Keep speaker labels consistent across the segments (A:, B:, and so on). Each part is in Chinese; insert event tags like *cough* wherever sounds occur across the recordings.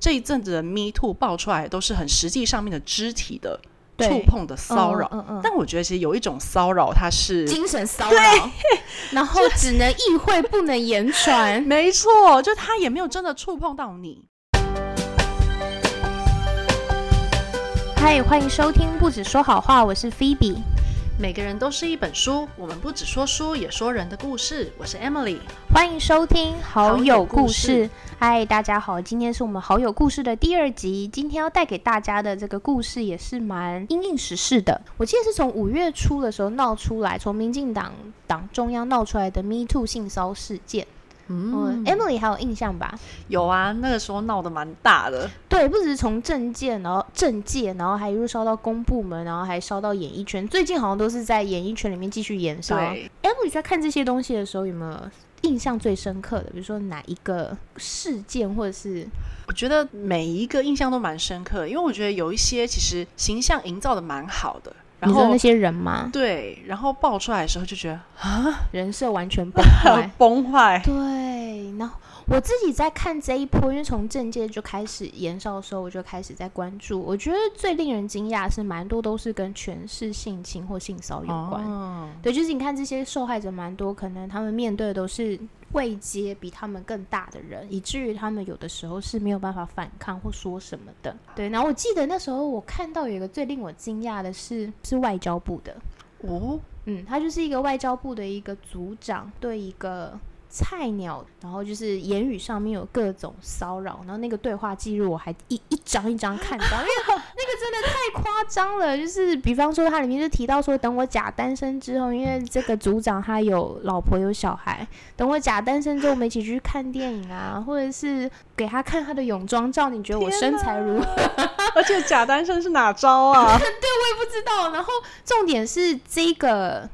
A: 这一阵子的 Me Too 爆出来都是很实际上面的肢体的
B: 对
A: 触碰的骚扰，
B: 嗯嗯嗯
A: 但我觉得其实有一种骚扰，它是
B: 精神骚扰，然后只能意会不能言传。
A: 没错，就他也没有真的触碰到你。
B: 嗨，欢迎收听《不止说好话》，我是 Phoebe。
A: 每个人都是一本书，我们不只说书，也说人的故事。我是 Emily，
B: 欢迎收听《好友
A: 好友
B: 故
A: 故
B: 事
A: 事》。
B: 嗨，大家好，今天是我们《好友故事》的第二集。今天要带给大家的这个故事也是蛮因应时事的。我记得是从五月初的时候闹出来，从民进党党中央闹出来的 Me Too 性骚事件。嗯，Emily 还有印象吧？
A: 有啊，那个时候闹得蛮大的，
B: 对，不只是从政界，然后政界，然后还一路烧到公部门，然后还烧到演艺圈。最近好像都是在演艺圈里面继续延烧。
A: 对，
B: Emily 在看这些东西的时候，有没有印象最深刻的？比如说哪一个事件，或者是
A: 我觉得每一个印象都蛮深刻，因为我觉得有一些其实形象营造的蛮好的，然
B: 你说
A: 后
B: 那些人吗？
A: 对，然后爆出来的时候就觉得
B: 人设完全崩
A: *laughs*
B: 坏。
A: 崩坏，
B: 对，然后我自己在看这一波，因为从政界就开始延烧的时候，我就开始在关注。我觉得最令人惊讶的是，蛮多都是跟权势、性侵或性骚有关。
A: 哦
B: 对，就是你看这些受害者蛮多，可能他们面对的都是位阶比他们更大的人，以至于他们有的时候是没有办法反抗或说什么的。对，然后我记得那时候我看到有一个最令我惊讶的是，是外交部的，
A: 哦，
B: 嗯，他就是一个外交部的一个组长对一个。菜鸟，然后就是言语上面有各种骚扰，然后那个对话记录我还一一张一张看到，因为那个真的太夸张了。就是比方说，它里面就提到说，等我假单身之后，因为这个组长他有老婆有小孩，等我假单身之后，我们一起去看电影啊，或者是给他看他的泳装照，你觉得我
A: 天
B: 身
A: 哪
B: 材如何？
A: 而且假单身是哪招啊？
B: 不知道。然后重点是这个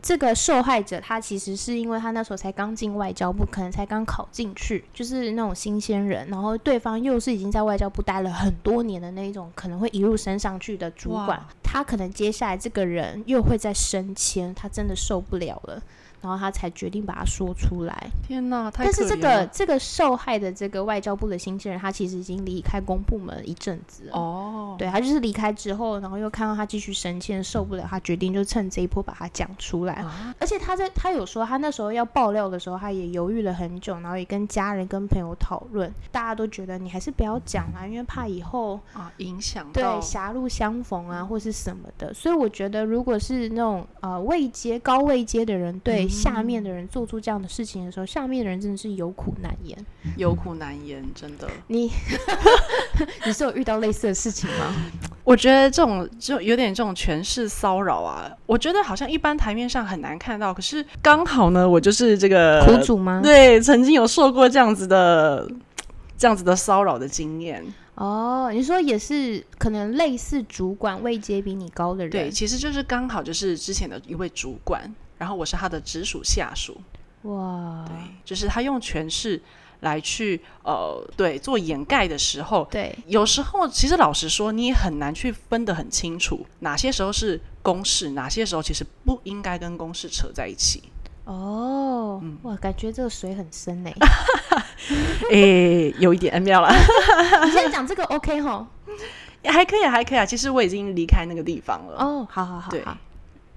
B: 这个受害者，他其实是因为他那时候才刚进外交部，可能才刚考进去，就是那种新鲜人。然后对方又是已经在外交部待了很多年的那一种，可能会一路升上去的主管
A: 哇，
B: 他可能接下来这个人又会再升迁，他真的受不了了。然后他才决定把它说出来，
A: *laughs* 天哪，太
B: 但是
A: 可
B: 这
A: 怜
B: 个
A: 了
B: 这个受害的这个外交部的新鲜人，他其实已经离开公部门一阵子了。
A: 哦，
B: 对他就是离开之后，然后又看到他继续升迁，受不了，他决定就趁这一波把他讲出来。
A: 啊
B: 而且他在他有说，他那时候要爆料的时候，他也犹豫了很久，然后也跟家人跟朋友讨论，大家都觉得你还是不要讲啦，因为怕以后
A: 啊，影响到
B: 对狭路相逢啊或是什么的。所以我觉得，如果是那种呃位阶高位阶的人对下面的人做出这样的事情的时候，下面的人真的是有苦难言。
A: 有苦难言，真的。
B: 你你是有遇到类似的事情吗？
A: 我觉得这种就有点这种权势骚扰啊，我觉得好像一般台面上很难看到，可是刚好呢，我就是这个
B: 苦主吗？
A: 对，曾经有受过这样子的这样子的骚扰的经验。
B: 哦，你说也是可能类似主管位阶比你高的
A: 对，
B: 人，
A: 其实就是刚好就是之前的一位主管，然后我是他的直属下属，
B: 哇，
A: 对，就是他用权势来去呃，对，做掩盖的时候，
B: 对
A: 有时候其实老实说，你也很难去分得很清楚，哪些时候是公事，哪些时候其实不应该跟公事扯在一起。
B: 哦，
A: 嗯
B: 哇，感觉这个水很深呢。欸
A: *laughs* 诶、有一点嗯没有啦，
B: 你现在讲这个 OK 吼？
A: *laughs* 还可以啊，还可以啊。其实我已经离开那个地方了。
B: 哦，好好好
A: 嗯对
B: 好，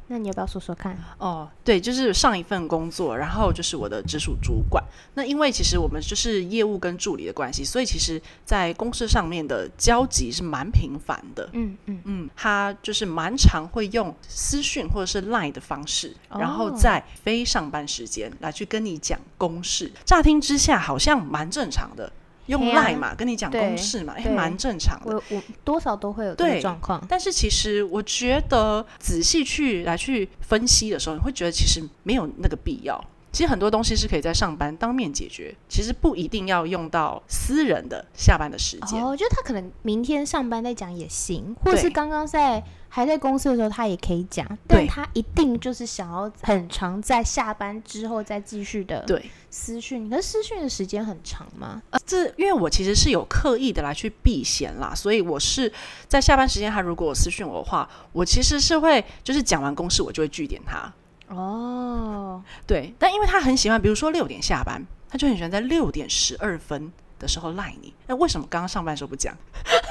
B: 那你要不要说说看？
A: 哦，对，就是上一份工作，然后就是我的直属主管。那因为其实我们就是业务跟助理的关系，所以其实在公事上面的交集是蛮频繁的。
B: 嗯嗯，
A: 嗯，他就是蛮常会用私讯或者是 Line 的方式，
B: 哦
A: 然后在非上班时间来去跟你讲公事。乍听之下好像蛮正常的，用
B: 嘿啊
A: Line 嘛，跟你讲
B: 对
A: 公事嘛，哎，
B: 对
A: 蛮正常的。
B: 我我多少都会有这个
A: 对
B: 状况。
A: 但是其实我觉得仔细去来去分析的时候，你会觉得其实没有那个必要。其实很多东西是可以在上班当面解决，其实不一定要用到私人的下班的时间。
B: 哦，就他可能明天上班再讲也行，或者
A: 对
B: 是刚刚在还在公司的时候他也可以讲，但
A: 对
B: 他一定就是想要很长，在下班之后再继续的
A: 对，
B: 私讯。可是私讯的时间很长吗？
A: 呃这因为我其实是有刻意的来去避嫌啦，所以我是在下班时间，他如果私讯我的话，我其实是会就是讲完公事我就会据点他。
B: 哦，
A: 对，但因为他很喜欢，比如说六点下班，他就很喜欢在六点十二分的时候赖你。那为什么刚刚上班的时候不讲？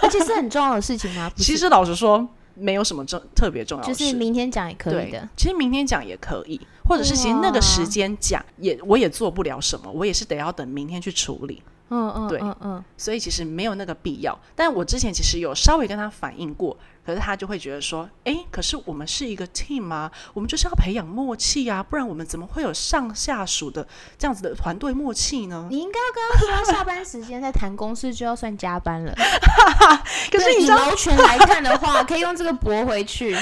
B: 而且是很重要的事情吗？不是
A: 其实老实说，没有什么重特别重要
B: 就
A: 的事。
B: 是明天讲也可以
A: 对
B: 的。，
A: 其实明天讲也可以，或者是其实那个时
B: 哇
A: 间讲也我也做不了什么，我也是得要等明天去处理。
B: 嗯嗯
A: 对
B: 嗯嗯，
A: 所以其实没有那个必要。但我之前其实有稍微跟他反映过，可是他就会觉得说，诶，可是我们是一个 team 啊，我们就是要培养默契啊，不然我们怎么会有上下属的这样子的团队默契呢？
B: 你应该要跟他说，下班时间在谈公事就要算加班了。
A: 可是
B: 对
A: 你
B: 以
A: 知道，
B: 劳权来看的话，可以用这个驳
A: *laughs*
B: 回去。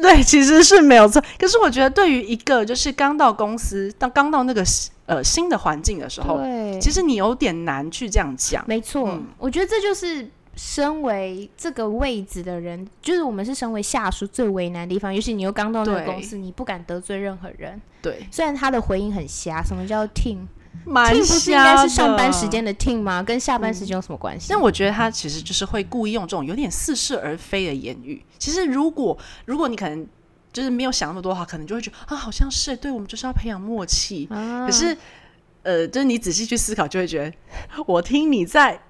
A: 对，其实是没有错。可是我觉得，对于一个就是刚到公司，到刚到那个呃新的环境的时候，
B: 对，
A: 其实你有点难去这样讲。
B: 没错，
A: 嗯
B: 我觉得这就是身为这个位置的人，就是我们是身为下属最为难的地方。尤其你又刚到那个
A: 对
B: 公司，你不敢得罪任何人。
A: 对，
B: 虽然他的回应很瞎，什么叫 team？team
A: 蛮
B: 不是应该
A: 瞎
B: 是上班
A: 的嗯
B: 时间的 team 吗？跟下班时间有什么关系？
A: 但我觉得他其实就是会故意用这种有点似是而非的言语。其实如果如果你可能就是没有想那么多的话，可能就会觉得啊，好像是对，我们就是要培养默契。
B: 啊
A: 可是呃，就是你仔细去思考，就会觉得 *laughs* 我听你在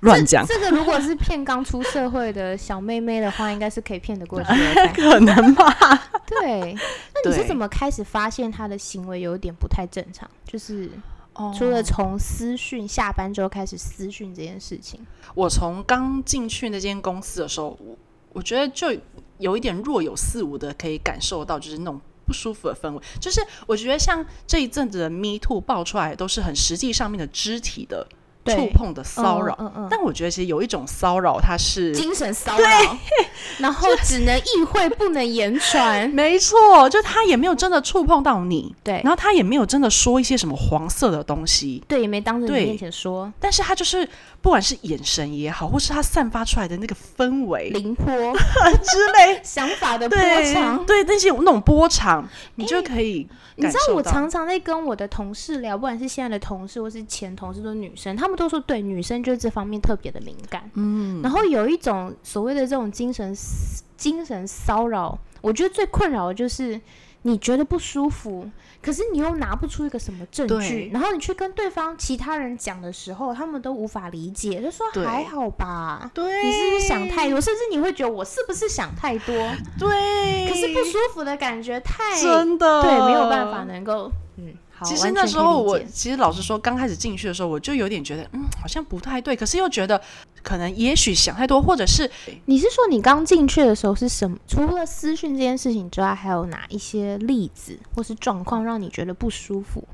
A: 乱讲，
B: 这个如果是骗刚出社会的小妹妹的话，应该是可以骗得过去
A: *laughs*
B: 的吧。
A: 可能吧？
B: 对，那你是
A: 对
B: 怎么开始发现他的行为有点不太正常？就是
A: 哦
B: 除了从私讯下班之后开始私讯这件事情，
A: 我从刚进去那间公司的时候，我我觉得就有一点若有似无的可以感受到，就是那种不舒服的氛围。就是我觉得像这一阵子的 Me Too 爆出来，都是很实际上面的肢体的
B: 对
A: 触碰的骚扰。
B: 嗯嗯嗯
A: 但我觉得其实有一种骚扰，它是
B: 精神骚扰， *laughs* 然后只能意会不能言传，
A: 没错，就他也没有真的触碰到你，
B: 对
A: 然后他也没有真的说一些什么黄色的东西，
B: 对，也没当着你
A: 对
B: 面前说，
A: 但是他就是不管是眼神也好，或是他散发出来的那个氛围
B: 灵
A: *laughs*
B: 波
A: 之类
B: 想法的波
A: 对
B: 长。
A: 对那些那种波长，你就可以
B: 你
A: 感
B: 知道
A: 受
B: 我
A: 到。
B: 常常在跟我的同事聊，不管是现在的同事或是前同事，都是女生，她们都说对女生就是这方面特别的敏感。嗯，然后有一种所谓的这种精神精神骚扰，我觉得最困扰的就是你觉得不舒服，可是你又拿不出一个什么证
A: 对
B: 据，然后你去跟对方其他人讲的时候，他们都无法理解，就说
A: 对哎
B: 还好吧。
A: 对，
B: 你是不是想太多？甚至你会觉得我是不是想太多？
A: 对，
B: 可是不舒服的感觉太
A: 真的
B: 对，没有办法。能够，嗯，好。
A: 其实
B: 完
A: 那
B: 全
A: 时
B: 可以
A: 候
B: 理
A: 我
B: 解
A: 其实老实说，刚开始进去的时候，我就有点觉得，嗯，好像不太对，可是又觉得可能也许想太多，或者是
B: 你是说你刚进去的时候是什么？除了私讯这件事情之外，还有哪一些例子或是状况让你觉得不舒服？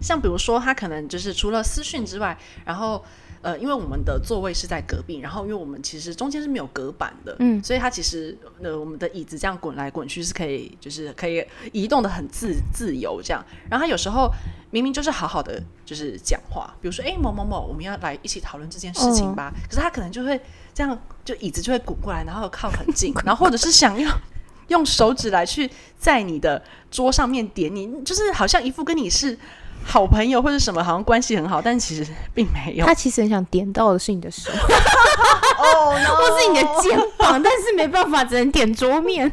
A: 像比如说，他可能就是除了私讯之外，然后呃，因为我们的座位是在隔壁，然后因为我们其实中间是没有隔板的，
B: 嗯
A: 所以它其实呃我们的椅子这样滚来滚去是可以，就是可以移动的很自自由这样。然后他有时候明明就是好好的就是讲话，比如说哎、诶某某某，我们要来一起讨论这件事情吧，可是他可能就会这样，就椅子就会滚过来，然后靠很近，然后或者是想要。用手指来去在你的桌上面点你，就是好像一副跟你是好朋友或者什么，好像关系很好，但其实并没有。
B: 他其实很想点到的是你的 *laughs* 手，或
A: 哦，然后
B: 是你的肩膀，但是没办法，只能点桌 *laughs* 面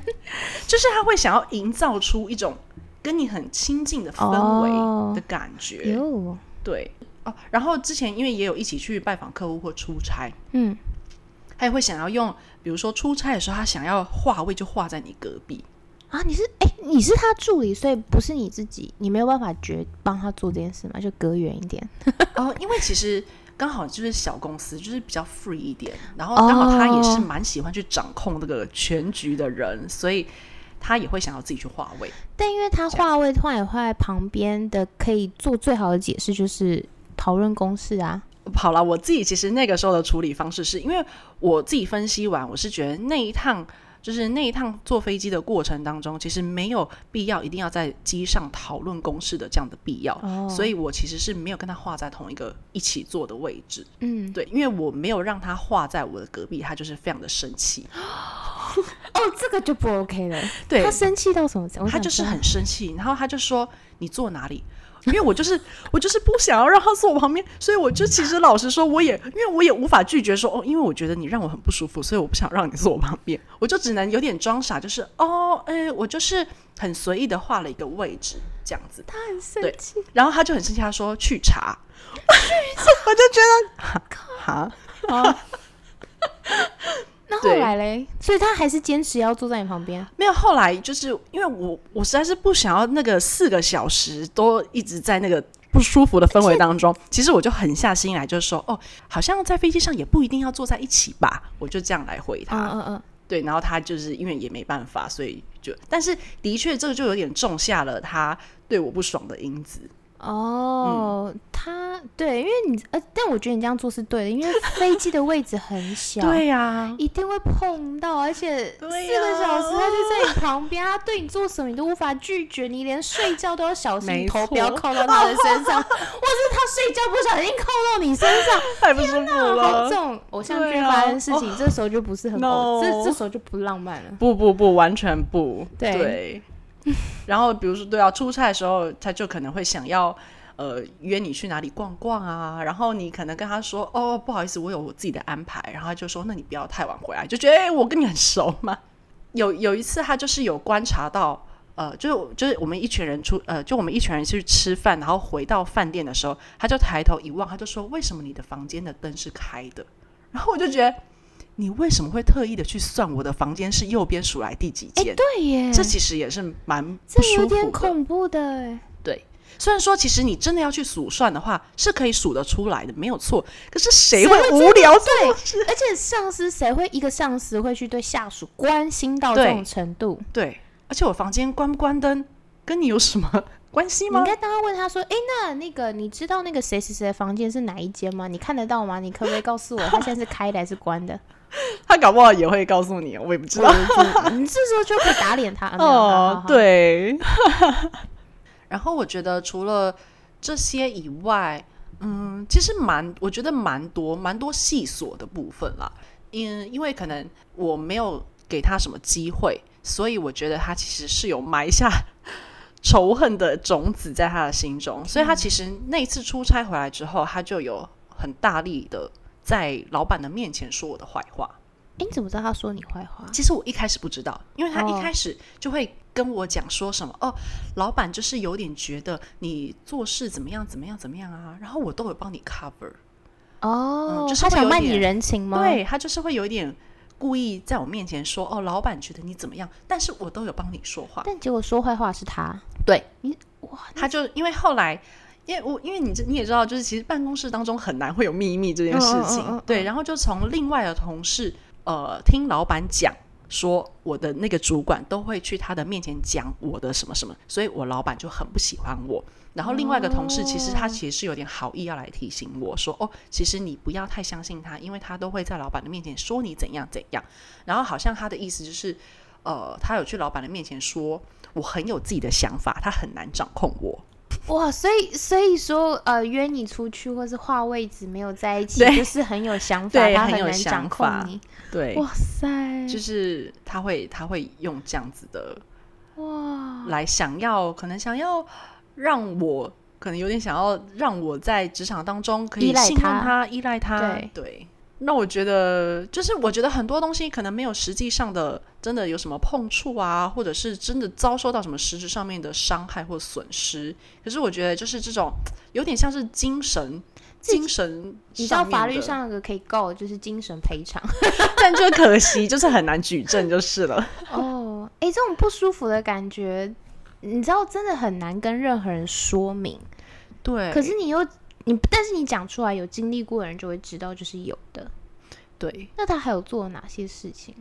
A: 就是他会想要营造出一种跟你很亲近的氛围的
B: 哦
A: 感觉。
B: 哟，
A: 对哦，然后之前因为也有一起去拜访客户或出差，
B: 嗯，
A: 他也会想要用，比如说出差的时候，他想要话位就话在你隔壁。
B: 啊，你是哎、你是他助理，所以不是你自己，你没有办法决帮他做这件事吗？就隔远一点。
A: 哦，因为其实刚好就是小公司，就是比较 free 一点，然后刚好他也是
B: 哦
A: 蛮喜欢去掌控这个全局的人，所以他也会想要自己去话位。
B: 但因为他
A: 这
B: 话位突然也画在旁边的，可以做最好的解释就是讨论公式啊。
A: 好了，我自己其实那个时候的处理方式是因为我自己分析完，我是觉得那一趟。就是那一趟坐飞机的过程当中，其实没有必要一定要在机上讨论公事的这样的必要，
B: 哦
A: 所以我其实是没有跟他画在同一个一起坐的位置。
B: 嗯，
A: 对，因为我没有让他画在我的隔壁，他就是非常的生气。
B: *laughs* 哦，这个就不 OK 了。
A: 对，
B: 他生气到什么程度？我
A: 他
B: 想
A: 就是
B: 知道
A: 很生气，然后他就说你坐哪里？因为我就是我就是不想要让他坐我旁边，所以我就其实老实说，我也因为我也无法拒绝说哦，因为我觉得你让我很不舒服，所以我不想让你坐我旁边，我就只能有点装傻，就是哦，哎，我就是很随意的画了一个位置这样子，
B: 他很生
A: 对
B: 气，
A: 然后他就很生气，他说去查，我就觉得哈哈， *laughs*
B: 那后
A: 对
B: 来嘞，嗯所以他还是坚持要坐在你旁边。
A: 没有，后来就是因为我我实在是不想要那个四个小时都一直在那个不舒服的氛围当中，其实我就狠下心来，就是说，哦，好像在飞机上也不一定要坐在一起吧，我就这样来回
B: 嗯
A: 他。
B: 嗯嗯，
A: 对，然后他就是因为也没办法，所以就，但是的确这个就有点种下了他对我不爽的因子。
B: 哦，他对，因为你呃，但我觉得你这样做是对的，因为飞机的位置很
A: *laughs*
B: 小，，
A: 对呀、
B: 一定会碰到，而且四
A: 嗯对
B: 个
A: 呀
B: 小时他就在你旁边，他对你做什么你都无法拒绝，你连睡觉都要小心，
A: 没
B: 你头不要
A: 错
B: 靠到他的身
A: *laughs*
B: 上，或是他睡觉不小心靠到你身上，
A: 太不舒服
B: 好
A: 了
B: 这。种偶像剧
A: 对啊
B: 发生事情，这时候就不是很偶，
A: *laughs*
B: 这
A: No
B: 这时候就不浪漫了。
A: 不不不，完全不
B: 对
A: 然后比如说，对啊，出差的时候，他就可能会想要呃约你去哪里逛逛啊，然后你可能跟他说哦不好意思，我有我自己的安排，然后他就说那你不要太晚回来，就觉得哎、我跟你很熟嘛。有有一次他就是有观察到。呃，就是我就是我们一群人出，呃，就我们一群人去吃饭，然后回到饭店的时候，他就抬头一望，他就说：“为什么你的房间的灯是开的？” *laughs* 然后我就觉得，你为什么会特意的去算我的房间是右边数来第几
B: 哎、
A: 间？
B: 对耶，
A: 这其实也是蛮不
B: 这有
A: 舒
B: 点
A: 服的。
B: 恐怖的哎。
A: 对，虽然说其实你真的要去数算的话，是可以数得出来的，没有错。可是谁会无聊做这种事？
B: 而且上司谁会一个上司会去对下属关心到这
A: 对
B: 种程度？
A: 对，而且我房间关不关灯，跟你有什么 *laughs* 关系
B: 你应
A: 吗？
B: 该当他问他说：“哎、那那个你知道那个谁谁谁的房间是哪一间吗？你看得到吗？你可不可以告诉我他现在是开的还是关的
A: 他搞不好也会告诉你，我也不？” *laughs* 知
B: 我
A: 道。
B: 你这时候就可以打脸他。啊没有好好
A: 哦
B: 好，
A: 对。 *laughs* 然后我觉得除了这些以外，嗯，其实蛮，我觉得蛮多蛮多细琐的部分啦。嗯，因为可能我没有给他什么机会，所以我觉得他其实是有埋下仇恨的种子在他的心中，
B: 嗯
A: 所以他其实那一次出差回来之后，他就有很大力的在老板的面前说我的坏话。
B: 哎、你怎么知道他说你坏话？
A: 其实我一开始不知道，因为他
B: 哦
A: 一开始就会跟我讲说什么哦老板就是有点觉得你做事怎么样怎么样怎么样啊，然后我都有帮你 cover，、
B: 哦，
A: 嗯就是
B: 他
A: 会
B: 想
A: 有
B: 卖你
A: 点
B: 人情吗？
A: 对他就是会有一点故意在我面前说哦，老板觉得你怎么样，但是我都有帮你说话。
B: 但结果说坏话是他。
A: 对
B: 你哇，
A: 他就因为后来，因为我因为你知你也知道，就是其实办公室当中很难会有秘密这件事情，
B: 嗯嗯嗯嗯嗯
A: 对。然后就从另外的同事呃听老板讲说，我的那个主管都会去他的面前讲我的什么什么，所以我老板就很不喜欢我。然后另外一个同事其实他其实是有点好意要来提醒我说，哦，其实你不要太相信他，因为他都会在老板的面前说你怎样怎样。然后好像他的意思就是，呃，他有去老板的面前说我很有自己的想法，他很难掌控我。
B: *laughs* 哇，所以所以说，呃，约你出去或是画位置没有在一起，
A: 对
B: *laughs* 就是很有想法，
A: 对
B: 他
A: 很有
B: 难掌
A: 想
B: 控
A: 法
B: 你。
A: 对，
B: 哇塞，
A: 就是他会他会用这样子的
B: 哇，
A: 来想要，可能想要让我，可能有点想要让我在职场当中可
B: 依
A: 以
B: 赖
A: 信任
B: 他
A: 他、依赖他。
B: 对
A: 那我觉得就是我觉得很多东西可能没有实际上的真的有什么碰触啊，或者是真的遭受到什么实质上面的伤害或损失。可是我觉得就是这种有点像是精神。
B: 自己
A: 精神，
B: 你知道法律，上有个可以告，就是精神赔偿。
A: 但就可惜，就是很难举证就是了。
B: *laughs* 哦，哎，这种不舒服的感觉，你知道真的很难跟任何人说明，
A: 对，
B: 可是你又你，但是你讲出来，有经历过的人就会知道，就是有的。
A: 对，
B: 那他还有做了哪些事情？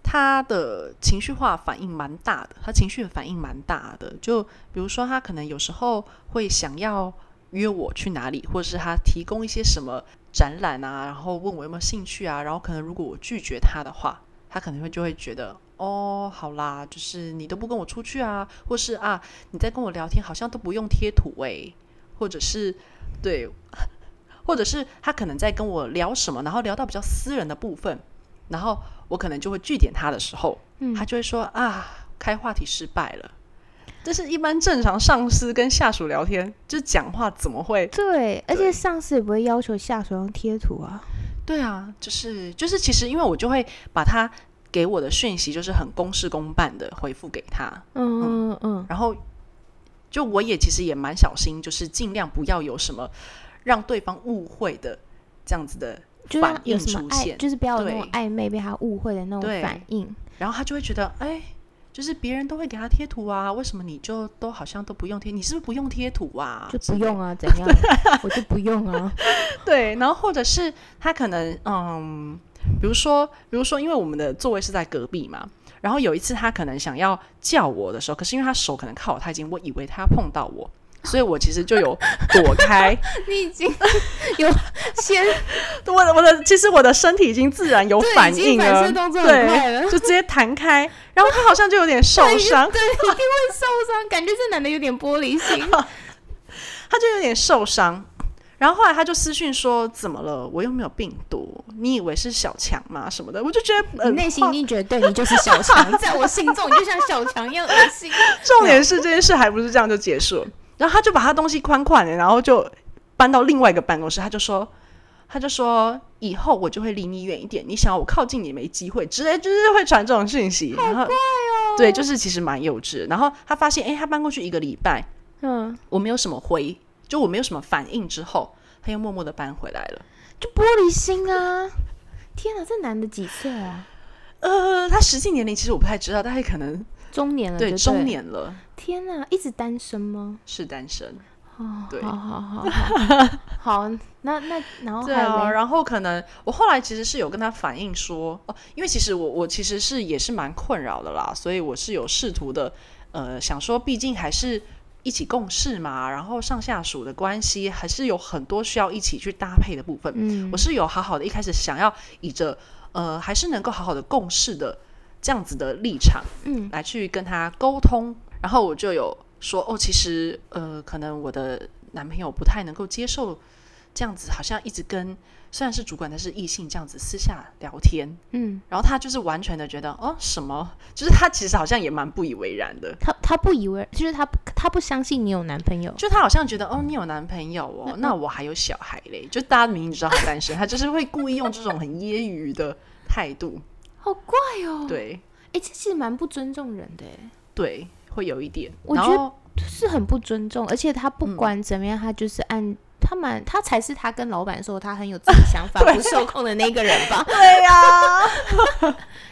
A: 他的情绪化反应蛮大的，他情绪的反应蛮大的。就比如说，他可能有时候会想要约我去哪里，或者是他提供一些什么展览啊，然后问我有没有兴趣啊，然后可能如果我拒绝他的话，他可能会就会觉得。哦，好啦，就是你都不跟我出去啊，或是啊，你在跟我聊天好像都不用贴图诶、或者是对， *laughs* 或者是他可能在跟我聊什么，然后聊到比较私人的部分，然后我可能就会据点他的时候，
B: 嗯
A: 他就会说啊，开话题失败了，就是一般正常上司跟下属聊天，就讲话怎么会？
B: 对，而且上司也不会要求下属用贴图啊。
A: 对啊，就是就是，其实因为我就会把他给我的讯息就是很公事公办的回复给他，
B: 嗯嗯嗯，
A: 然后就我也其实也蛮小心，就是尽量不要有什么让对方误会的这样子的，
B: 就是
A: 反
B: 他有
A: 应
B: 什么
A: 出
B: 暧，
A: 现
B: 就是不要有那种
A: 对
B: 暧昧被他误会的那种
A: 对
B: 反应。
A: 然后他就会觉得，哎，就是别人都会给他贴图啊，为什么你就都好像都不用贴？你是不是不用贴图啊？
B: 就
A: 之
B: 不
A: 类的 *laughs*
B: 用啊，怎样？我就不用啊。
A: 对，然后或者是他可能嗯，比如说，比如说，因为我们的座位是在隔壁嘛，然后有一次他可能想要叫我的时候，可是因为他手可能靠我太近，我以为他要碰到我，所以我其实就有躲开。 *laughs*
B: 你已经有先
A: 我的我的，其实我的身体已经自然有
B: 对
A: 反
B: 已经
A: 应
B: 反
A: 了
B: 射，动作很快了
A: 对，就直接弹开，然后他好像就有点受
B: 对
A: 伤，
B: 对，一定会受伤。感觉这男的有点玻璃心。
A: 他就有点受伤。然后后来他就私讯说：“怎么了？我又没有病毒，你以为是小强吗？什么的？”我就觉得，
B: 你
A: 呃、
B: 内心一定觉得对你就是小强，在我心中你就像小强一样恶心。
A: 重点是这件事还不是这样就结束了，然后他就把他东西宽宽的，然后就搬到另外一个办公室，他就说。他就说：“以后我就会离你远一点，你想要我靠近你没机会，之类就是会传这种讯息。”然后，对，就是其实蛮幼稚。然后他发现，哎、他搬过去一个礼拜，
B: *laughs* 嗯，
A: 我没有什么回，就我没有什么反应，之后他又默默的搬回来了。
B: 就玻璃心啊！天哪，这男的几岁啊？
A: 呃，他实际年龄其实我不太知道，但是可能
B: 中年了就
A: 嗯对
B: 对
A: 中。年了，
B: 天哪，一直单身吗？
A: 是单身。
B: 哦，
A: 对
B: 好好好 *laughs* 好，好，那那然后
A: 对
B: 还有
A: 啊，
B: 嘞
A: 然后可能我后来其实是有跟他反映说，哦，因为其实我我其实是也是蛮困扰的啦，所以我是有试图的，呃，想说毕竟还是一起共事嘛，然后上下属的关系还是有很多需要一起去搭配的部分。
B: 嗯
A: 我，是有好好的，一开始想要以着呃还是能够好好的共事的这样子的立场，
B: 嗯，
A: 来去跟他沟通，然后我就有说哦，其实呃，可能我的男朋友不太能够接受这样子，好像一直跟虽然是主管，但是异性这样子私下聊天，
B: 嗯，
A: 然后他就是完全的觉得哦什么， *laughs* 就是他其实好像也蛮不以为然的，
B: 他他不以为，就是他他不相信你有男朋友，
A: 就他好像觉得哦你有男朋友哦，
B: 那
A: 那我还有小孩嘞，就大家明明知道他单身，他就是会故意用这种很揶揄的态度，
B: 好怪哦。，
A: 对
B: 哎，这其实蛮不尊重人的，哎，
A: 对，会有一点，
B: 我
A: 然
B: 觉得 *laughs*
A: 后
B: 是很不尊重，而且他不
A: 嗯
B: 管怎么样，他就是按。他蛮，他才是他跟老板说他很有自己
A: *laughs*
B: 想法、不受控的那个人吧？
A: 对呀、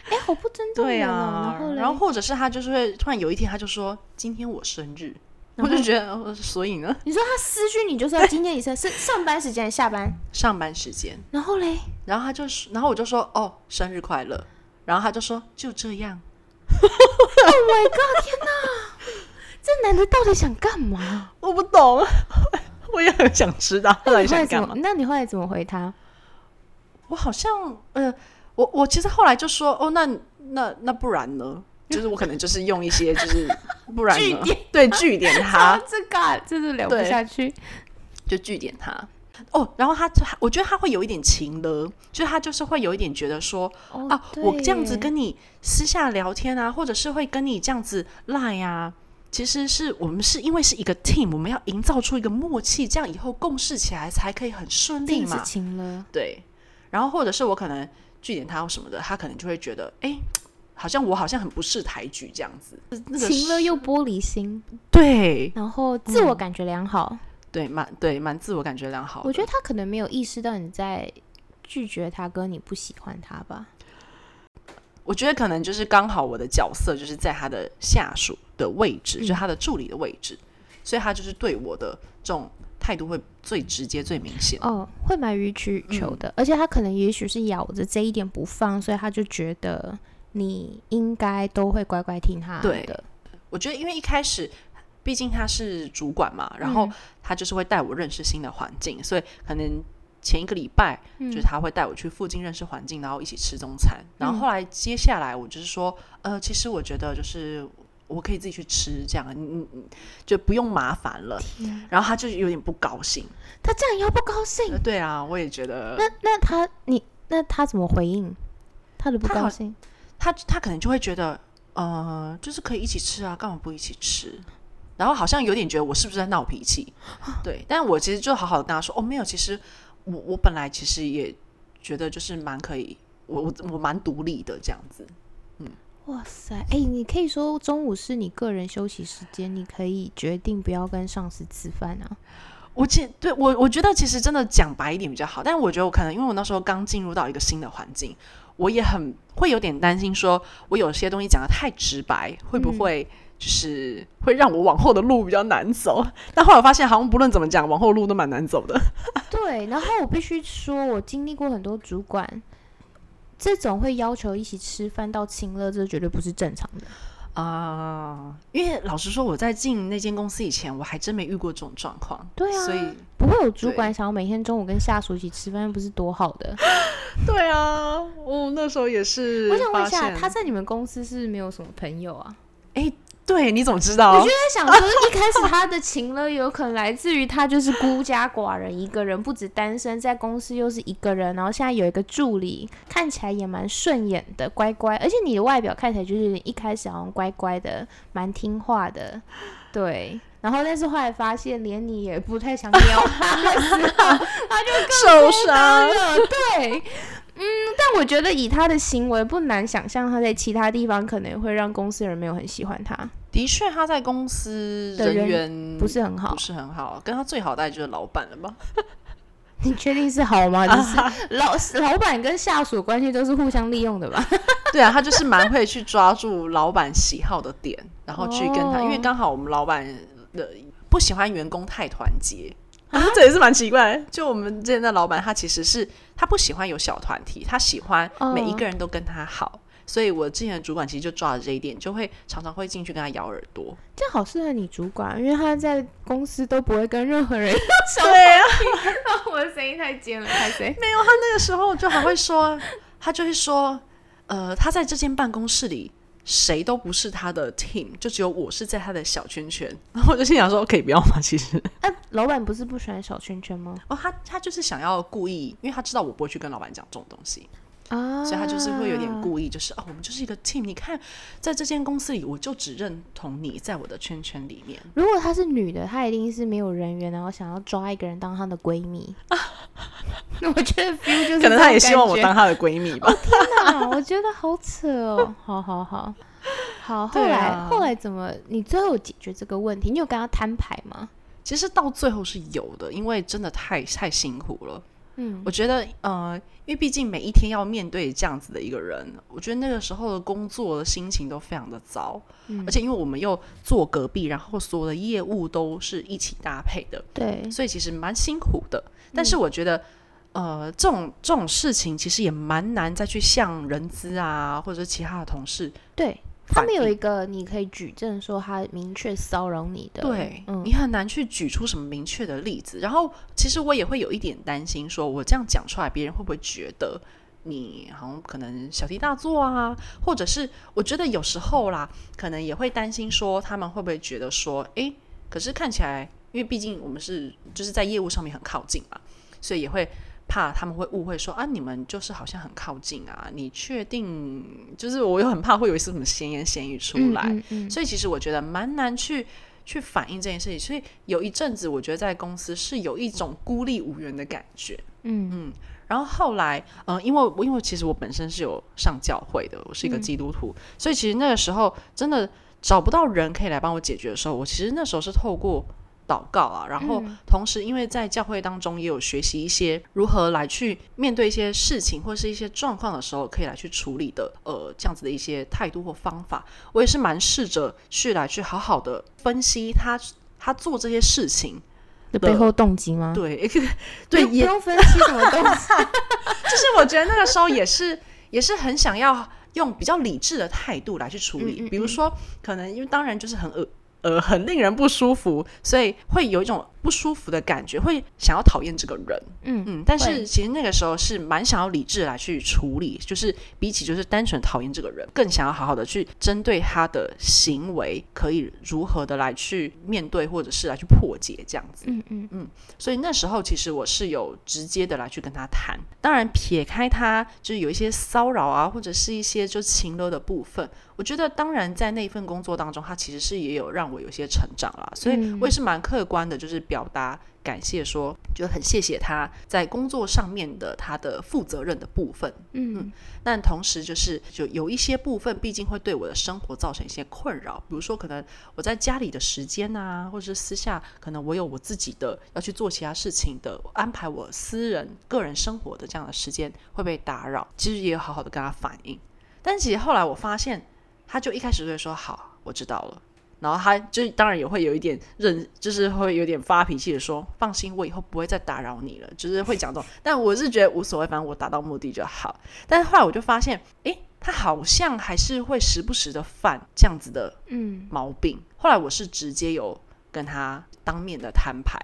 B: 哎、好不尊重
A: *laughs* 对
B: 人哦。
A: 啊
B: 啊然后，嘞，
A: 然后或者是他就是会突然有一天，他就说今天我生日，
B: 然
A: 我
B: 后
A: 就觉得，呃所以呢，
B: 你说他私讯你就说今天你是是上班时间还是下班？
A: 上班时间，
B: 然
A: *laughs*
B: 后嘞，，Oh
A: 然后他就说，然后我就说哦，生日快乐，然后他就说就这样，
B: 这男的到底想干嘛？
A: 我不懂， *laughs* 我也很想知
B: *laughs*
A: 道他到底
B: 那你后来
A: 想
B: 怎
A: 干
B: 么
A: 嘛？。
B: 那你后来怎么回他？
A: 我好像呃，我我其实后来就说哦，那那那不然
B: *laughs*
A: 呢？就是我可能就是用一些就是不然
B: 据
A: 呢，对据点他
B: *laughs* 啊，，这个真是聊不
A: 对
B: 下去。
A: 就据点他。哦，然后他就我觉得他会有一点情了，就是他就是会有一点觉得说，
B: 哦
A: 啊，我这样子
B: 对
A: 跟你私下聊天啊，或者是会跟你这样子赖啊，其实是我们是因为是一个 team，我们要营造出一个默契，这样以后共事起来才可以很顺利
B: 定是
A: 嘛。
B: 情了，
A: 对，然后或者是我可能据点他或什么的，他可能就会觉得，哎，好像我好像很不识抬举这样子。那个
B: 情了又玻璃心，
A: 对
B: 然后自
A: 嗯
B: 我感觉良好。
A: 对，蛮对蛮自我感觉良好的。
B: 我觉得他可能没有意识到你在拒绝他，跟你不喜欢他吧。
A: 我觉得可能就是刚好我的角色就是在他的下属的位置，
B: 嗯
A: 就他的助理的位置，所以他就是对我的这种态度会最直接、最明显。
B: 哦，会蛮予取求的，而且他可能也许是咬着这一点不放，所以他就觉得你应该都会乖乖听他
A: 对
B: 的。
A: 我觉得因为一开始。毕竟他是主管嘛，然
B: 嗯
A: 后他就是会带我认识新的环境，所以可能前一个礼拜
B: 嗯嗯
A: 就是他会带我去附近认识环境，然后一起吃中餐。然后后来接下来我就是说，呃，其实我觉得就是我可以自己去吃，这样你你你就不用麻烦了。
B: 天
A: 然后他就有点不高兴，
B: 他这样也要不高兴
A: 呃，对啊，我也觉得
B: 那那他你那他怎么回应他的不
A: 他
B: 高
A: 好
B: 兴？
A: 他他可能就会觉得，呃，就是可以一起吃啊，干嘛不一起吃？然后好像有点觉得我是不是在闹脾气，
B: 啊
A: 对，但我其实就好好地跟他说，哦，没有，其实我我本来其实也觉得就是蛮可以，我我我蛮独立的这样子，
B: 哇塞，哎、你可以说中午是你个人休息时间，你可以决定不要跟上司吃饭啊。
A: 我其对我我觉得其实真的讲白一点比较好，但我觉得我可能因为我那时候刚进入到一个新的环境，我也很会有点担心，说我有些东西讲的太直白，会不
B: 嗯
A: 会就是会让我往后的路比较难走？ *laughs* 但后来我发现，好像不论怎么讲，往后路都蛮难走的。
B: 对，然后我必须说，我经历过很多主管，这种会要求一起吃饭到亲热，这绝对不是正常的。
A: 啊、 *laughs* 因为老实说，我在进那间公司以前，我还真没遇过这种状况。
B: 对啊
A: 所以
B: 不会有主管想要每天中午跟下属一起吃饭，不是多好的？
A: 对啊，我那时候也是
B: 我想问
A: 发
B: 一
A: 现。
B: 下，他在你们公司是没有什么朋友啊？
A: 对，你怎么知道？
B: 我觉得在想说，一开始他的情勒有可能来自于他就是孤家寡人一个人，不止单身，在公司又是一个人，然后现在有一个助理，看起来也蛮顺眼的，乖乖，而且你的外表看起来就是一开始好像乖乖的，蛮听话的，对。然后，但是后来发现，连你也不太想 *laughs* 鸟他的时候，
A: 受伤。
B: 啊对，嗯，但我觉得以他的行为，不难想象他在其他地方可能会让公司人没有很喜欢他，
A: 的确，他在公司
B: 的
A: 人
B: 人
A: 缘
B: 不是很好
A: 不。是很好，跟他最好大概就是老板了吧？ *laughs*
B: 你确定是好 *laughs* 吗？就是老老板跟下属关系都是互相利用的吧？
A: 对啊，他就是蛮会去抓住老板喜好的点，然后去跟他，因为
B: 哦
A: 刚好我们老板的不喜欢员工太团结。
B: 啊
A: 这也是蛮奇怪的，就我们之前的老板，他其实是他不喜欢有小团体，他喜欢每一
B: 哦
A: 个人都跟他好，所以我之前的主管其实就抓着这一点，就会常常会进去跟他咬耳朵。
B: *laughs* 这样好适合你主管，因为他在公司都不会跟任何人小。
A: 对啊，
B: *laughs* 我的声音太尖了，太 *laughs* 谁？
A: 没有，他那个时候就还会说， *laughs* 他就会说，呃，他在这间办公室里。谁都不是他的 team，就只有我是在他的小圈圈。 *laughs* 然后我就心想说，可以不要吗？其实，
B: 啊，老板不是不喜欢小圈圈吗？
A: *laughs* 哦，他他就是想要故意，因为他知道我不会去跟老板讲这种东西，
B: 啊，
A: 所以他就是会有点故意，就是哦，我们就是一个 team。你看，在这间公司里，我就只认同你在我的圈圈里面。
B: 如果她是女的，她一定是没有人缘，然后想要抓一个人当她的闺
A: *laughs*
B: 蜜。我觉得 feel 就是
A: 可能他也
B: 这种
A: 希望我
B: 感觉
A: 当他的闺蜜吧。
B: 啊，我觉得好扯哦。好好好，好，后
A: 对
B: 来、
A: 啊
B: 后来怎么？你最后有解决这个问题？你有跟他摊牌吗？
A: 其实到最后是有的，因为真的太太辛苦了。
B: 嗯，
A: 我觉得，呃，因为毕竟每一天要面对这样子的一个人，我觉得那个时候的工作的心情都非常的糟，
B: 嗯
A: 而且因为我们又坐隔壁，然后所有的业务都是一起搭配的，
B: 对，
A: 所以其实蛮辛苦的。但是我觉得，呃，这种这种事情其实也蛮难再去向人资啊，或者其他的同事
B: 对他
A: 反
B: 们有
A: 映
B: 一个你可以举证说他明确骚扰你的，
A: 对、
B: 嗯
A: 你很难去举出什么明确的例子。然后，其实我也会有一点担心，说我这样讲出来，别人会不会觉得你好像可能小题大做啊？或者是我觉得有时候啦，可能也会担心说他们会不会觉得说，诶，可是看起来，因为毕竟我们是就是在业务上面很靠近嘛，所以也会。怕他们会误会说啊，你们就是好像很靠近啊，你确定？就是我又很怕会有一些什么闲言闲语出
B: 嗯
A: 来，
B: 嗯嗯
A: 所以其实我觉得蛮难去去反映这件事情。所以有一阵子，我觉得在公司是有一种孤立无援的感觉。
B: 嗯
A: 然后后来，呃，因为我因为其实我本身是有上教会的，我是一个
B: 嗯
A: 基督徒，所以其实那个时候真的找不到人可以来帮我解决的时候，我其实那时候是透过祷告啊，然后
B: 嗯
A: 同时因为在教会当中也有学习一些如何来去面对一些事情或是一些状况的时候，可以来去处理的，呃，这样子的一些态度或方法，我也是蛮试着去来去好好的分析他他做这些事情，
B: 的背后动机吗？
A: 对 *laughs*
B: 不
A: 对，
B: 用
A: 也
B: 不用分析什么动 *laughs* 机，
A: 就是我觉得那个时候也是 *laughs* 也是很想要用比较理智的态度来去处理，
B: 嗯嗯嗯
A: 比如说可能因为当然就是很恶呃很令人不舒服，所以会有一种不舒服的感觉，会想要讨厌这个人。
B: 嗯，
A: 嗯，但
B: 会
A: 是其实那个时候是蛮想要理智来去处理，就是比起就是单纯讨厌这个人，更想要好好的去针对他的行为，可以如何的来去面对，或者是来去破解这样子。
B: 嗯嗯
A: 所以那时候其实我是有直接的来去跟他谈，当然撇开他就是有一些骚扰啊，或者是一些就情勒的部分，我觉得当然在那一份工作当中，他其实是也有让我有一些成长啦，所以
B: 嗯
A: 我也是蛮客观的，就是表达感谢说，就很谢谢他在工作上面的他的负责任的部分，
B: 嗯
A: 但同时就是就有一些部分，毕竟会对我的生活造成一些困扰，比如说可能我在家里的时间啊，或者是私下，可能我有我自己的要去做其他事情的，安排我私人个人生活的这样的时间会被打扰，其实也有好好的跟他反映，但其实后来我发现，他就一开始就会说好，我知道了。然后他就当然也会有一点认，就是会有点发脾气的说：“放心，我以后不会再打扰你了。”就是会讲这种， *laughs* 但我是觉得无所谓，反正我达到目的就好。但是后来我就发现，诶，他好像还是会时不时的犯这样子的
B: 嗯
A: 毛病。后来我是直接有跟他当面的摊牌，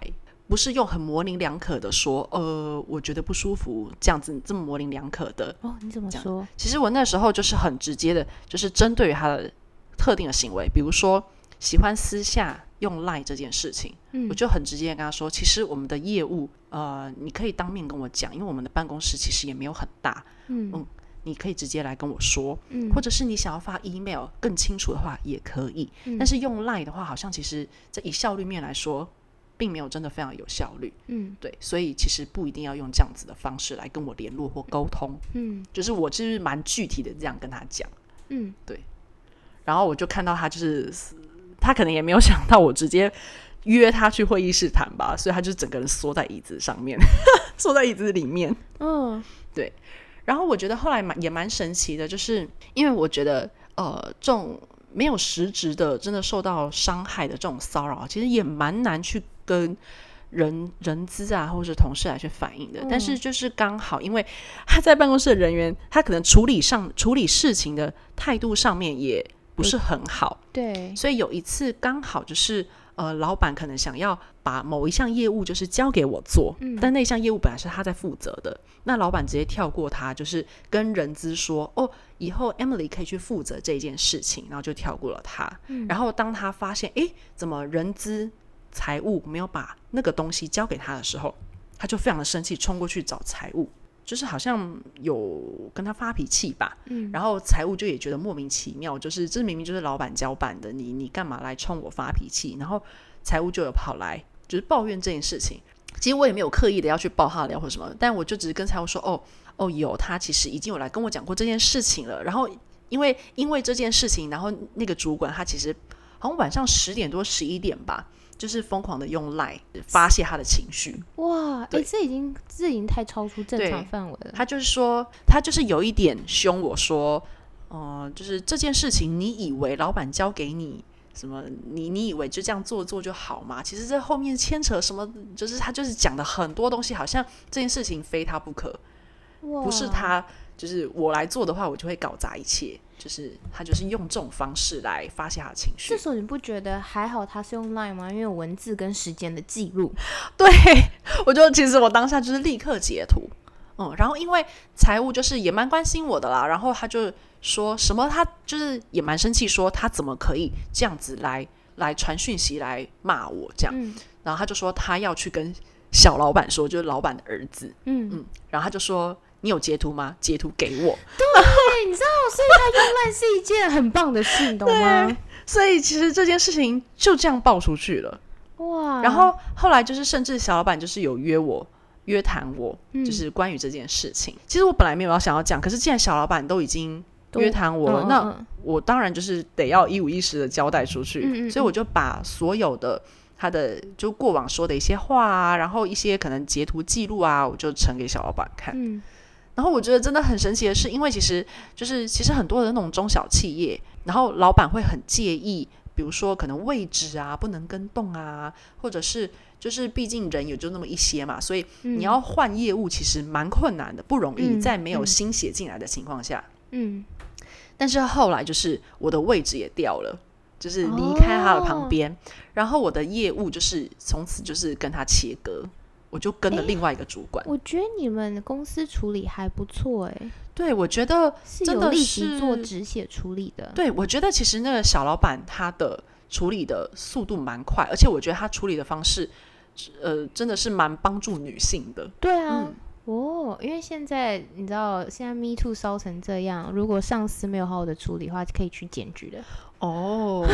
A: 不是用很模棱两可的说，呃，我觉得不舒服，这样子这么模棱两可的。
B: 哦，你怎么
A: 这样
B: 说？
A: 其实我那时候就是很直接的，就是针对于他的特定的行为，比如说喜欢私下用赖这件事情。
B: 嗯
A: 我就很直接地跟他说，其实我们的业务，呃，你可以当面跟我讲，因为我们的办公室其实也没有很大，
B: 嗯
A: 嗯你可以直接来跟我说，
B: 嗯，
A: 或者是你想要发 email 更清楚的话也可以。
B: 嗯
A: 但是用 line 的话，好像其实这以效率面来说，并没有真的非常有效率。
B: 嗯
A: 对，所以其实不一定要用这样子的方式来跟我联络或沟通，
B: 嗯
A: 就是我就是蛮具体的这样跟他讲。
B: 嗯
A: 然后我就看到他就是他可能也没有想到我直接约他去会议室谈吧，所以他就整个人缩在椅子上面， *laughs* 缩在椅子里面。
B: 嗯
A: 然后我觉得后来蛮也蛮神奇的，就是因为我觉得呃，这种没有实质的真的受到伤害的这种骚扰，其实也蛮难去跟。人人资啊，或者是同事来去反映的，但是就是刚好，因为他在办公室的人员，他可能处理上处理事情的态度上面也不是很好，
B: 对，
A: 所以有一次刚好就是呃，老板可能想要把某一项业务就是交给我做，
B: 嗯
A: 但那项业务本来是他在负责的，那老板直接跳过他，就是跟人资说哦，以后 Emily 可以去负责这件事情，然后就跳过了他。然后当他发现诶，怎么人资财务没有把那个东西交给他的时候，他就非常的生气，冲过去找财务。就是好像有跟他发脾气吧，
B: 嗯
A: 然后财务就也觉得莫名其妙，就是这明明就是老板交办的，你你干嘛来冲我发脾气？然后财务就有跑来就是抱怨这件事情。其实我也没有刻意的要去爆他的料或什么，但我就只是跟财务说，哦哦，有他其实已经有来跟我讲过这件事情了。然后因为因为这件事情，然后那个主管他其实好像晚上十点多十一点吧，就是疯狂的用赖发泄他的情绪。
B: 哇，哎，
A: 对
B: 这已经这已经太超出正常
A: 对
B: 范围了。
A: 他就是说，他呃就是有一点凶我说，呃，就是这件事情，你以为老板交给你什么？你你以为就这样做做就好吗？其实这后面牵扯什么？就是他就是讲的很多东西，好像这件事情非他不可，
B: 哇，
A: 不是他就是我来做的话，我就会搞砸一切。就是他就是用这种方式来发泄他的情绪
B: 这，时候你不觉得还好他是用 Line 吗？因为有文字跟时间的记录。
A: 对，我就其实我当下就是立刻截图，嗯，然后因为财务就是也蛮关心我的啦，然后他就说什么他就是也蛮生气，说他怎么可以这样子来来传讯息来骂我这样，
B: 嗯
A: 然后他就说他要去跟小老板说，就是老板的儿子，
B: 嗯，
A: 嗯，然后他就说你有截图吗？截图给我，
B: 对，你知道，所以他用 Line 是一件很棒的事，你懂吗？
A: 所以其实这件事情就这样爆出去了。
B: 哇，
A: 然后后来就是，甚至小老板就是有约我约谈我，
B: 嗯
A: 就是关于这件事情。其实我本来没有要想要讲，可是既然小老板都已经
B: 都
A: 约谈我了，
B: 嗯嗯
A: 那
B: 嗯
A: 我当然就是得要一五一十的交代出去。
B: 嗯嗯嗯
A: 所以我就把所有的他的就过往说的一些话啊，然后一些可能截图记录啊，我就呈给小老板看。
B: 嗯
A: 然后我觉得真的很神奇的是，因为其实就是其实很多的那种中小企业，然后老板会很介意，比如说可能位置啊不能跟动啊，或者是就是毕竟人也就那么一些嘛，所以
B: 嗯
A: 你要换业务其实蛮困难的，不容易，
B: 嗯
A: 在没有
B: 嗯
A: 新血进来的情况下。
B: 嗯
A: 但是后来就是我的位置也掉了，就是离开他的旁
B: 哦
A: 边。然后我的业务就是从此就是跟他切割，我就跟了另外一个主管。
B: 我觉得你们公司处理还不错哎、
A: 对，我觉得
B: 是
A: 真
B: 有
A: 的
B: 立即
A: 是
B: 做止血处理的。
A: 对，我觉得其实那个小老板他的处理的速度蛮快，而且我觉得他处理的方式，呃，真的是蛮帮助女性的。
B: 对啊，哦，因为现在你知道，现在 Me Too 烧成这样，如果上司没有好好的处理的话，可以去检举的。
A: 哦，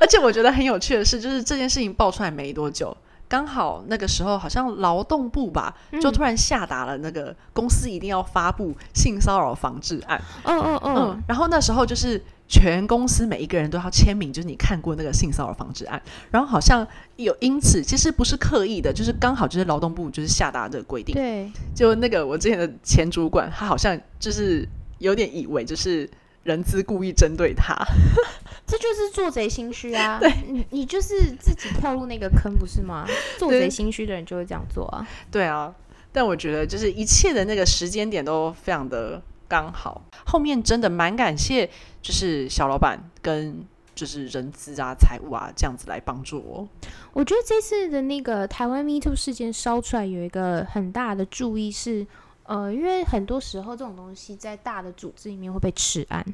A: 而且我觉得很有趣的是，就是这件事情爆出来没多久，刚好那个时候好像劳动部吧，就突然下达了那个公司一定要发布性骚扰防治案。
B: 哦哦哦，
A: 嗯，然后那时候就是全公司每一个人都要签名，就是你看过那个性骚扰防治案，然后好像有因此其实不是刻意的，就是刚好就是劳动部就是下达这个规定，
B: 对，
A: 就那个我之前的前主管，他好像就是有点以为就是人资故意针对 *laughs* 他，
B: *laughs* 这就是做贼心虚啊！你你就是自己跳入那个坑，不是 *laughs* 吗？做贼心虚的人就会这样做啊。
A: 对啊，但我觉得就是一切的那个时间点都非常的刚好。后面真的蛮感谢，就是小老板跟就是人资啊、财务啊这样子来帮助我。
B: 我觉得这次的那个台湾 Me Too 事件烧出来，有一个很大的注意是，呃，因为很多时候这种东西在大的组织里面会被吃案。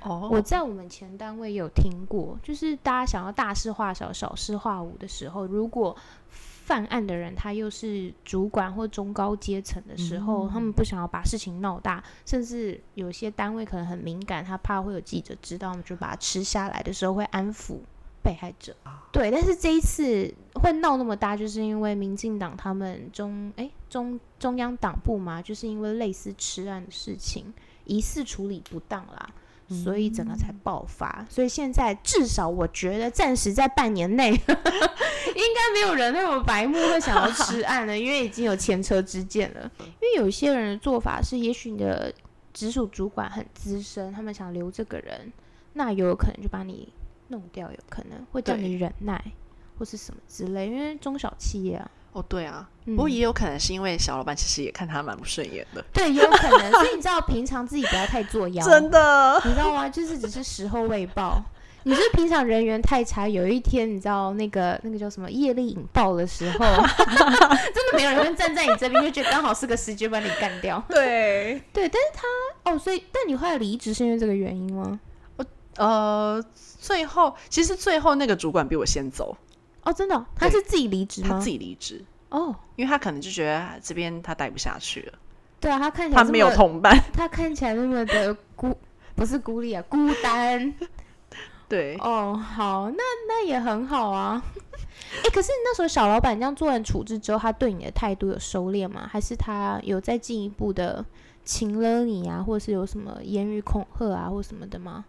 A: 哦
B: 我在我们前单位有听过，就是大家想要大事化小、小事化无的时候，如果犯案的人他又是主管或中高阶层的时候，他们不想要把事情闹大，甚至有些单位可能很敏感，他怕会有记者知道，我们就把它吃下来的时候会安抚被害者。对，但是这一次会闹那么大，就是因为民进党他们中诶中中央党部嘛，就是因为类似吃案的事情，疑似处理不当啦。所以整个才爆发，所以现在至少我觉得暂时在半年内，应该没有人那么白目会想要吃案了，因为已经有前车之鉴了。因为有一些人的做法是，也许你的直属主管很资深，他们想留这个人，那有可能就把你弄掉，有可能会叫
A: 对
B: 你忍耐或是什么之类，因为中小企业啊，
A: 哦，对啊，
B: 嗯、
A: 不过也有可能是因为小老板其实也看他蛮不顺眼的，
B: 对，也有可能。所以你知道，平常自己不要太作妖，
A: *laughs* 真的。
B: 你知道吗？就是只是时候未报。你是平常人缘太差，有一天你知道那个那个叫什么业力引爆的时
A: *laughs*
B: 候，真的没有人会站在你这边，就觉得刚好是个时机把你干掉。
A: *laughs* 对，
B: 对，但是他哦，所以但你后来离职是因为这个原因吗？
A: 呃，最后其实最后那个主管比我先走，
B: 哦，真的哦、他是自己离职
A: 他
B: 吗
A: 自？己离职，
B: 哦，
A: 因为他可能就觉得啊这边他待不下去了，
B: 对啊，他看起来
A: 他
B: 这
A: 没有
B: 么
A: 同 *laughs* 伴。
B: 他看起来那么的孤，不是孤立啊，孤单。
A: 对，
B: 哦，好，那那也很好啊。 *laughs* 哎、可是那时候小老板这样做完处置之后，他对你的态度有收敛吗？还是他有再进一步的请了你啊，或是有什么言语恐吓啊，或什么的吗？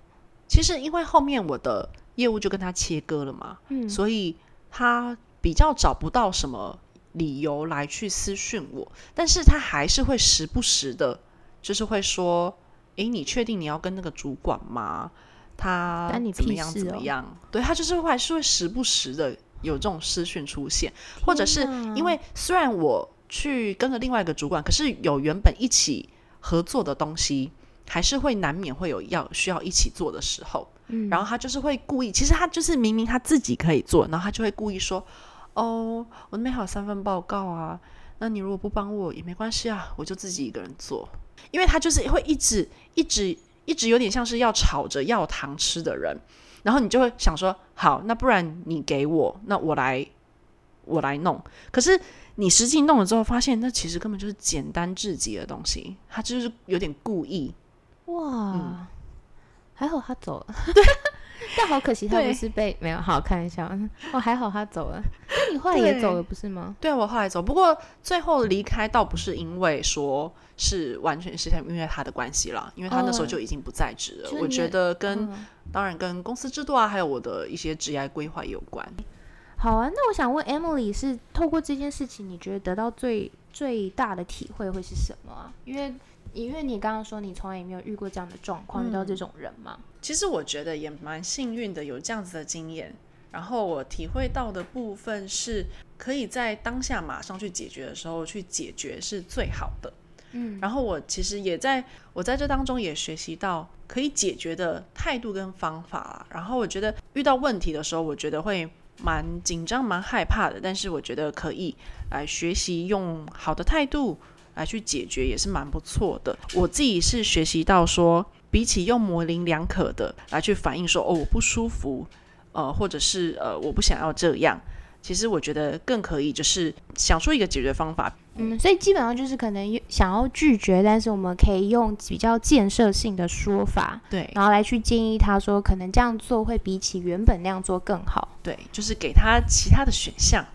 A: 其实因为后面我的业务就跟他切割了嘛，
B: 嗯，
A: 所以他比较找不到什么理由来去私讯我，但是他还是会时不时的，就是会说：“诶，你确定你要跟那个主管吗？他
B: 干你
A: 怎么
B: 屁
A: 样
B: 事
A: 怎么
B: 哦
A: 样？”对他就是会还是会时不时的有这种私讯出现，或者是
B: 天哪
A: 因为虽然我去跟了另外一个主管，可是有原本一起合作的东西，还是会难免会有要需要一起做的时候。
B: 嗯
A: 然后他就是会故意，其实他就是明明他自己可以做，然后他就会故意说：“哦，我那边还有三份报告啊，那你如果不帮我也没关系啊，我就自己一个人做。”因为他就是会一直一直一直有点像是要吵着要糖吃的人，然后你就会想说：“好，那不然你给我，那我来我来弄。”可是你实际弄了之后，发现那其实根本就是简单至极的东西，他就是有点故意。
B: 哇，
A: 嗯
B: 还好他走了。
A: *laughs*
B: 但好可惜，他
A: 对
B: 不是被没有好看一下。哦，还好他走了。那你后来也走了，不是吗？
A: 对啊我后来走，不过最后离开倒不是因为说是完全是因为他的关系啦，因为他那时候
B: 哦
A: 就已经不在职了。
B: 就是
A: 我
B: 你
A: 觉
B: 也
A: 得跟、
B: 嗯
A: 当然跟公司制度啊，还有我的一些职业规划有关。
B: 好啊，那我想问 Emily 是透过这件事情，你觉得得到最最大的体会会是什么啊？因为因为你刚刚说你从来也没有遇过这样的状况，遇到这种人嘛。
A: 其实我觉得也蛮幸运的，有这样子的经验。然后我体会到的部分是，可以在当下马上去解决的时候去解决是最好的。
B: 嗯，
A: 然后我其实也在我在这当中也学习到可以解决的态度跟方法啦。然后我觉得遇到问题的时候，我觉得会蛮紧张、蛮害怕的，但是我觉得可以来学习用好的态度来去解决，也是蛮不错的。我自己是学习到说，比起用模棱两可的来去反映说哦我不舒服，呃，或者是呃我不想要这样。其实我觉得更可以，就是想出一个解决方法，
B: 嗯，所以基本上就是可能想要拒绝，但是我们可以用比较建设性的说法，
A: 对
B: 然后来去建议他说，可能这样做会比起原本那样做更好。
A: 对，就是给他其他的选项。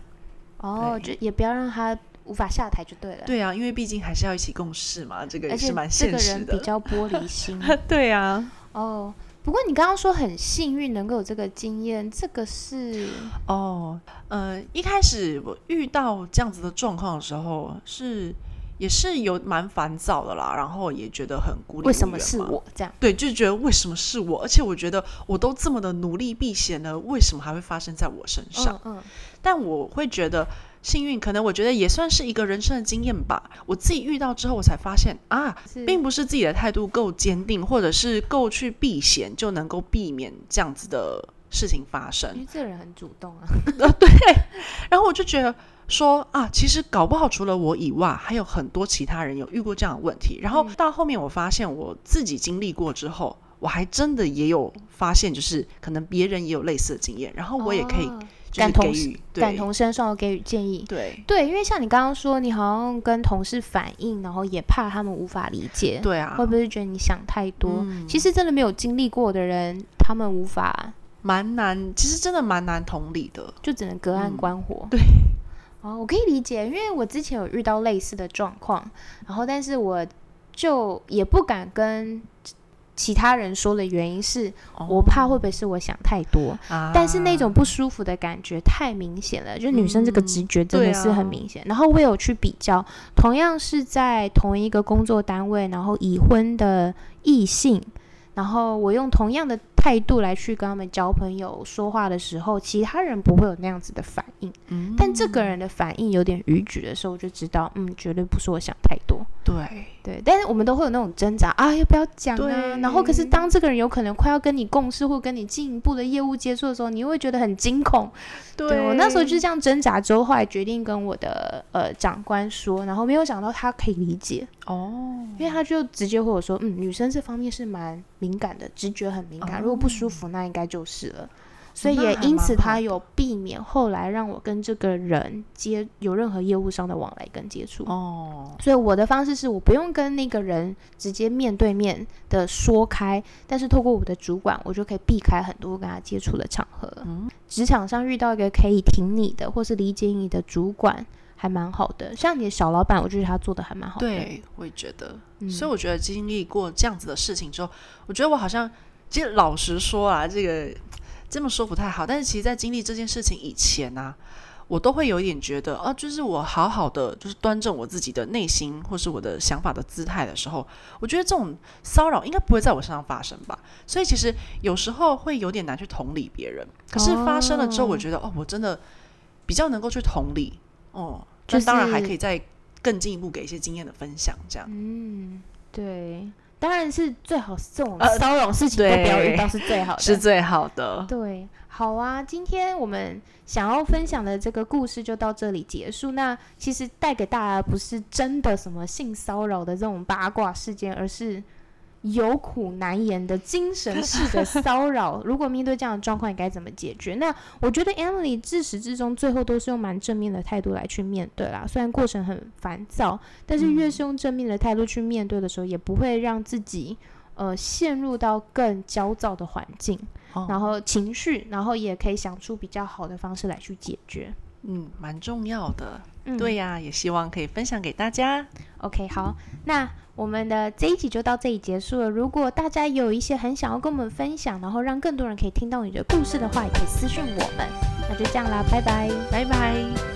B: 哦，就
A: 对
B: 也不要让他无法下台就对了。，
A: 对啊，因为毕竟还是要一起共事嘛，这个
B: 而
A: 也
B: 且
A: 是蛮
B: 这
A: 现
B: 个
A: 实
B: 人比
A: 的。
B: 较玻璃心
A: *laughs* 对啊，
B: 哦。不过你刚刚说很幸运能够有这个经验，这个是
A: 哦，呃，一开始我遇到这样子的状况的时候，是也是有蛮烦躁的啦，然后也觉得很孤立。
B: 为什么是？我这样？
A: 对，就觉得为什么是我？而且我觉得我都这么的努力避险了，为什么还会发生在我身上？
B: 嗯嗯，
A: 但我会觉得幸运，可能我觉得也算是一个人生的经验吧。我自己遇到之后，我才发现啊，
B: 嗯是
A: 并不是自己的态度够坚定，或者是够去避嫌，就能够避免这样子的事情发
B: 因
A: 生。
B: 为这个人很主动啊。
A: 然后我就觉得说啊，其实搞不好除了我以外，还有很多其他人有遇过这样的问题。然
B: 嗯
A: 后到后面我发现我自己经历过之后，我还真的也有发现，就是可能别人也有类似的经验，然后我也可以
B: 哦
A: 就是
B: 感同
A: 给予
B: 感
A: 对
B: 同身受，给予建议。
A: 对
B: 对，因为像你刚刚说，你好像跟同事反映，然后也怕他们无法理解，
A: 对啊，
B: 会不会觉得你想太多？
A: 嗯
B: 其实真的没有经历过的人，他们无法，
A: 蛮难，其实真的蛮难同理的。
B: 就只能隔岸
A: 嗯
B: 观火。
A: 对，
B: 哦，我可以理解，因为我之前有遇到类似的状况，然后但是我就也不敢跟其他人说的原因是，我怕会不会是我想太多。
A: 哦啊
B: 但是那种不舒服的感觉太明显了，就是女生这个直觉真
A: 对
B: 的
A: 啊
B: 是很明显。然后我有去比较，同样是在同一个工作单位，然后已婚的异性，然后我用同样的态度来去跟他们交朋友、说话的时候，其他人不会有那样子的反应。
A: 嗯，
B: 但这个人的反应有点逾矩的时候，我就知道，嗯，绝对不是我想太多。
A: 嗯对，
B: 对，但是我们都会有那种挣扎啊，要不要讲啊？
A: 对
B: 然后，可是当这个人有可能快要跟你共事或跟你进一步的业务接触的时候，你又会觉得很惊恐。我那时候就是这样挣扎之后，后来决定跟我的呃长官说，然后没有想到他可以理解，
A: 哦，
B: 因为他就直接和我说，嗯，女生这方面是蛮敏感的，直觉很敏感，如果不舒服，那应该就是了。所以
A: 哦那
B: 也
A: 还
B: 因
A: 蛮
B: 此，他
A: 好
B: 有避免后来让我跟这个人接有任何业务上的往来跟接触。
A: 哦，
B: 所以我的方式是我不用跟那个人直接面对面的说开，但是透过我的主管，我就可以避开很多跟他接触的场合。
A: 嗯
B: 职场上遇到一个可以挺你的，或是理解你的主管，还蛮好的。像你的小老板，我觉得他做的还蛮好的。，
A: 对，我也觉得。
B: 嗯、
A: 所以我觉得经历过这样子的事情之后，我觉得我好像，其实老实说啊，这个这么说不太好，但是其实，在经历这件事情以前呢、我都会有一点觉得啊，就是我好好的，就是端正我自己的内心或是我的想法的姿态的时候，我觉得这种骚扰应该不会在我身上发生吧。所以其实有时候会有点难去同理别人，可是发生了之后，
B: 哦
A: 我觉得哦，我真的比较能够去同理哦。
B: 就
A: 那当然还
B: 是
A: 可以再更进一步给一些经验的分享，这样。
B: 嗯，对，当然是最好是这种
A: 呃
B: 骚扰事情都不要遇
A: 对
B: 到是最好的，
A: 是最好的。
B: 对，好啊，今天我们想要分享的这个故事就到这里结束。那其实带给大家不是真的什么性骚扰的这种八卦事件，而是有苦难言的精神式的骚扰。如果面对这样的状况，你该怎么解决？那我觉得 Emily 自始至终最后都是用蛮正面的态度来去面对啦，虽然过程很烦躁，但是越是用正面的态度去面对的时候，也不会让自己。呃，陷入到更焦躁的环境，
A: 哦
B: 然后情绪，然后也可以想出比较好的方式来去解决。
A: 嗯，蛮重要的。
B: 嗯，
A: 对呀、也希望可以分享给大家。
B: OK，好，那我们的这一集就到这里结束了。如果大家有一些很想要跟我们分享，然后让更多人可以听到你的故事的话，也可以私讯我们。那就这样啦，拜拜。
A: 拜拜。